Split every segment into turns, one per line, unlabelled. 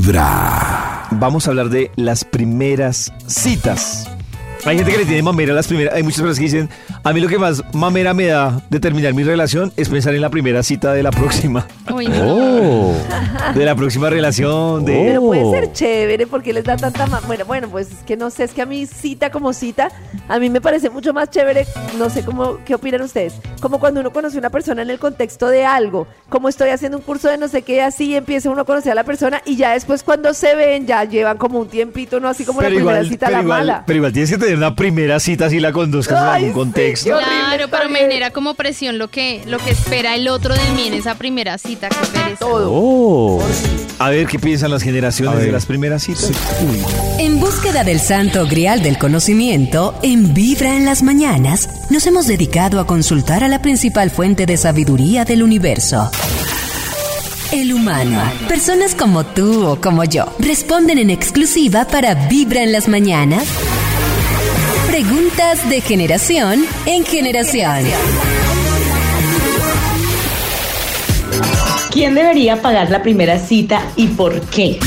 Vibra.
Vamos a hablar de las primeras citas. Hay gente que le tiene mamera a las primeras. Hay muchas personas que dicen: A mí lo que más mamera me da de terminar mi relación es pensar en la primera cita de la próxima.
Uy, no.
Oh.
De la próxima relación. De...
Pero puede
Oh.
ser chévere porque les da tanta ma- Bueno, bueno, pues es que no sé, es que a mí cita como cita, a mí me parece mucho más chévere, no sé cómo, qué opinan ustedes, como cuando uno conoce a una persona en el contexto de algo, como estoy haciendo un curso de no sé qué, así empieza uno a conocer a la persona y ya después cuando se ven ya llevan como un tiempito, no así como la primera cita a
pero
la
igual-
mala.
pero igual tienes que tener una primera cita si la conduzcas en
Ay,
algún
sí,
contexto.
qué horrible
Claro, pero me
también.
genera como presión lo que, lo que espera el otro de mí en esa primera cita. Qué pereza.
Ah, Todo.
Oh.
A ver qué piensan las
A
generaciones
ver.
de las primeras citas.
En búsqueda del santo grial del conocimiento, en Vibra en las mañanas, nos hemos dedicado a consultar a la principal fuente de sabiduría del universo. El humano. Personas como tú o como yo responden en exclusiva para Vibra en las mañanas. Preguntas de generación en generación.
¿Quién debería pagar la primera cita y por qué?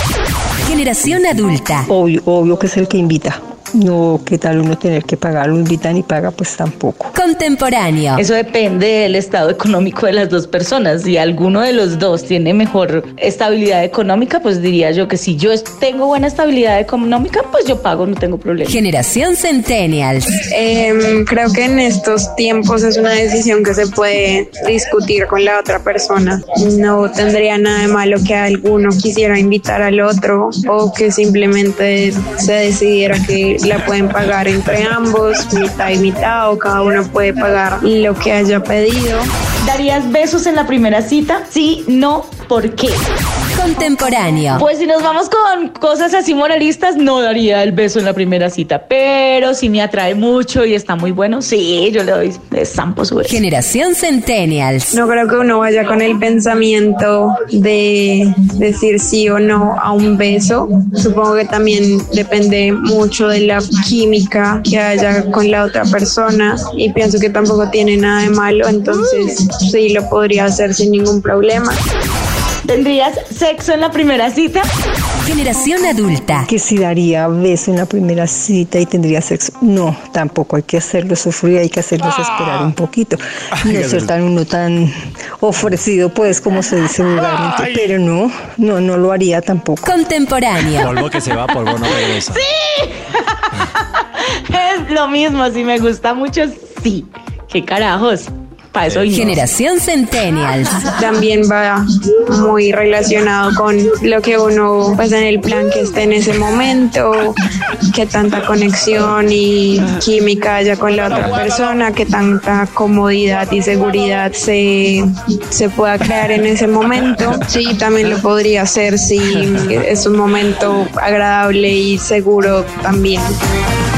Generación adulta.
Obvio, obvio que es el que invita. No, qué tal uno tener que pagar, lo invitan y paga, pues tampoco.
Contemporáneo.
Eso depende del estado económico de las dos personas. Si alguno de los dos tiene mejor estabilidad económica, pues diría yo que si yo es- tengo buena estabilidad económica, pues yo pago, no tengo problema.
Generación Centennials.
Em, creo que en estos tiempos es una decisión que se puede discutir con la otra persona. No tendría nada de malo que alguno quisiera invitar al otro o que simplemente se decidiera que la pueden pagar entre ambos, mitad y mitad, o cada uno puede pagar lo que haya pedido.
¿Darías besos en la primera cita? Sí, no, ¿por qué?
Contemporáneo.
Pues si nos vamos con cosas así moralistas, no daría el beso en la primera cita. Pero si me atrae mucho y está muy bueno, sí, yo le doy de zampo su beso.
Generación Centennials.
No creo que uno vaya con el pensamiento de decir sí o no a un beso. Supongo que también depende mucho de la química que haya con la otra persona y pienso que tampoco tiene nada de malo, entonces sí lo podría hacer sin ningún problema.
¿Tendrías sexo en la primera cita?
Generación adulta.
Que si daría beso en la primera cita y tendría sexo. No, tampoco hay que hacerlo sufrir, hay que hacerlos esperar un poquito. No ser tan uno tan ofrecido, pues, como se dice vulgarmente. Pero no, no, no lo haría tampoco.
Contemporáneo.
Polvo que se va, polvo no regresa.
Es lo mismo, si me gusta mucho, sí. ¿Qué carajos? Para eso y no.
Generación Centennials.
También va muy relacionado con lo que uno, pues en el plan que esté en ese momento, qué tanta conexión y química haya con la otra persona, qué tanta comodidad y seguridad se, se pueda crear en ese momento. Sí, también lo podría hacer si es un momento agradable y seguro también.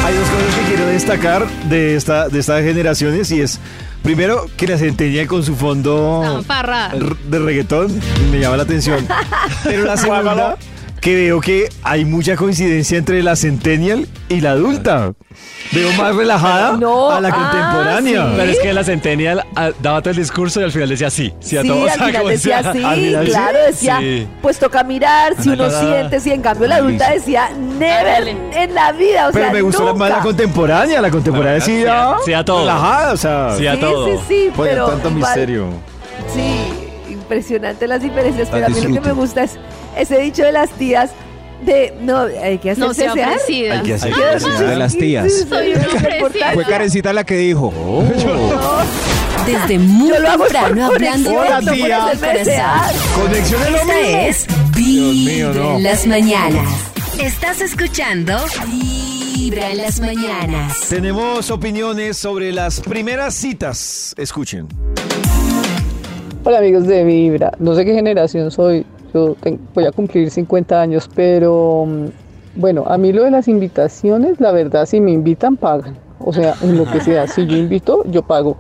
Hay dos cosas que quiero destacar de, esta, de estas generaciones y es, primero, que la centenia con su fondo
Zamparra.
r- de reggaetón me llama la atención. Pero la segunda, que veo que hay mucha coincidencia entre la centennial y la adulta. Veo más relajada
No,
a la
ah,
contemporánea.
sí.
Pero es que la Centennial ah, daba todo el discurso y al final decía sí. Sí, a
Sí,
todos.
al final
como
decía
sea.
sí,
al final sí.
claro, decía,
Sí.
pues toca mirar, si uno
Analizar.
siente, si en cambio la adulta decía, never en la vida, o
Pero
sea,
me gustó la- más la
nunca.
contemporánea. La contemporánea sí,
sí,
ya
sí, a todo.
relajada, o sea. Pues,
Sí, a
Sí,
todo.
sí, sí,
Oye,
pero
tanto
igual-
misterio.
Sí, impresionante las diferencias, pero
La
a mí lo que
disfruto.
me gusta es ese dicho de las tías de no, hay que hacerse
No sea
desear.
ofrecida.
hacer
Yo-
Ah, de las tías. Pues,
Soy una
Es
ofrecida.
importante.
Oh.
Fue Karencita la que dijo.
Desde muy
Yo lo hago
temprano
por
hablando
conexión,
de
por
vibra al
hacerme desear.
corazón.
Conexión en lo
Esta
mismo.
es Vibra en las mañanas. Estás escuchando Vibra en las mañanas.
Tenemos opiniones sobre las primeras citas. Escuchen.
Hola amigos de Vibra, no sé qué generación soy, yo ten- voy a cumplir 50 años, pero mm, bueno, a mí lo de las invitaciones, la verdad, si me invitan, pagan. O sea, en lo que sea, si yo invito, yo pago.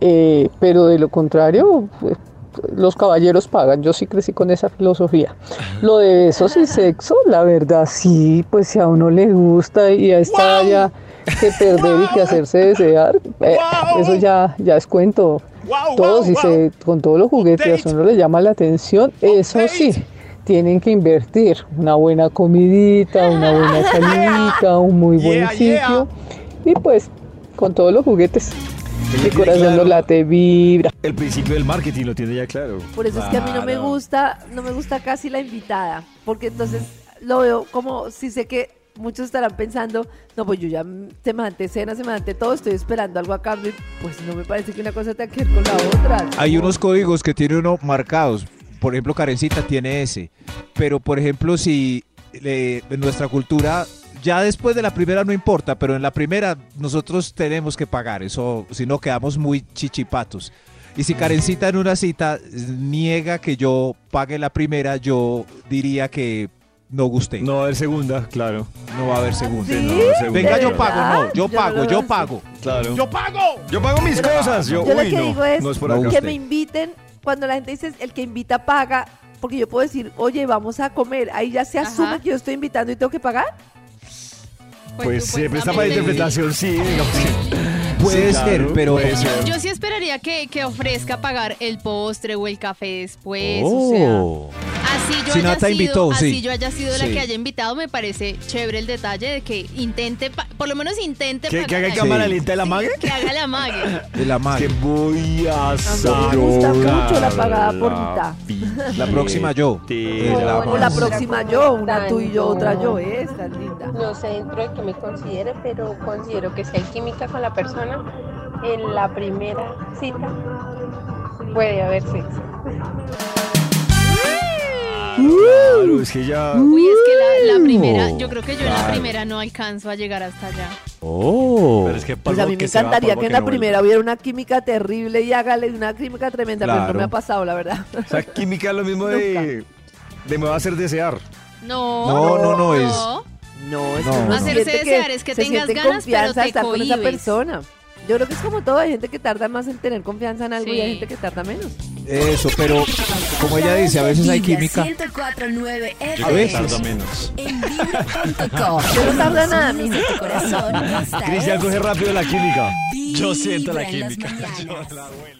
Eh, pero de lo contrario, pues, los caballeros pagan, yo sí crecí con esa filosofía. Lo de besos y sexo, la verdad, sí, pues si a uno le gusta y a esta ya que perder y que hacerse desear, eh, eso ya, ya es cuento. Todos y se, con todos los juguetes, a uno le llama la atención, eso sí. tienen que invertir. Una buena comidita, una buena salidita, un muy buen
Yeah,
sitio. Y pues, con todos los juguetes. Mi corazón
claro.
no late, vibra.
El principio del marketing lo tiene ya claro.
Por eso es que a mí no me
Claro.
gusta, no me gusta casi la invitada, porque entonces lo veo como si sé que muchos estarán pensando, no, pues yo ya mm, semejante cena, semejante todo, estoy esperando algo a cambio, y pues no me parece que una cosa tenga que ver con la otra.
Hay unos códigos que tiene uno marcados. Por ejemplo, Karencita tiene ese. Pero, por ejemplo, si eh, en nuestra cultura, ya después de la primera no importa, pero en la primera nosotros tenemos que pagar. Eso, si no, quedamos muy chichipatos. Y si Karencita en una cita eh, niega que yo pague la primera, yo diría que no gusté.
No va a haber segunda, claro.
No va a haber segunda.
¿Sí?
No va a haber segunda.
Venga, yo
verdad?
pago, no. Yo
Yo
pago,
no
yo
lo
pago.
Claro.
¡Yo pago!
Yo pago mis cosas. Yo,
Yo lo
uy,
que
no,
digo es,
no es por
no
acá.
gusta.
que
usted.
me inviten, cuando la gente dice el que invita paga, porque yo puedo decir, oye, vamos a comer, ahí ya se
Ajá.
asume que yo estoy invitando y tengo que pagar.
Pues siempre está para
supuestamente
interpretación, sí.
pues,
digamos que-
Puede ser, pero-
puede ser.
Yo sí esperaría que, que ofrezca pagar el postre o el café después. O
Oh.
sea, así yo
Si
haya
Nata
sido,
invitó,
así
sí.
yo haya sido la
Sí.
que haya invitado, me parece chévere el detalle de que intente, pa- por lo menos intente
¿Que,
pagar
que haga
algo.
cámara
Sí.
lenta de la mague?
que haga la mague.
De la
Es
madre.
que voy a
A mí me gusta mucho la pagada por mitad. Uh.
La próxima yo.
billetera.
De la
O la
madre.
próxima yo, una tú y yo, otra yo, esta es linda.
No sé dentro de que me considere, pero considero que si hay química con la persona, en la primera cita puede haber sexo.
Claro, es que ya.
Uh.
Uy, es que la, la primera, yo creo que yo en la primera no alcanzo a llegar hasta allá.
Pero es que
Pues
polvo
a mí me
se va,
encantaría
polvo
que en la
no vuelve.
primera hubiera una química terrible y hágale una química tremenda, pero
Claro.
no me ha pasado, la verdad.
O sea, química es lo mismo de. De me va a hacer desear.
No,
No, no, no, es-
No, es
No, no, no.
Hacerse
siente
desear es que
se
tengas
siente
ganas,
confianza
pero te
de estar con esa
cohibes.
persona. Yo creo que es como todo, hay gente que tarda más en tener confianza en algo
Sí.
y hay gente que tarda menos.
Eso, pero como ella dice, a veces hay química.
1049
Yo
A
creo que
veces.
tarda menos.
en vibra.com.
Yo no tarda nada, mi
Sonidos de tu corazón. Esta
Cristian
es
coge rápido la química.
Yo siento la
Vibra en las
química.
mañanas.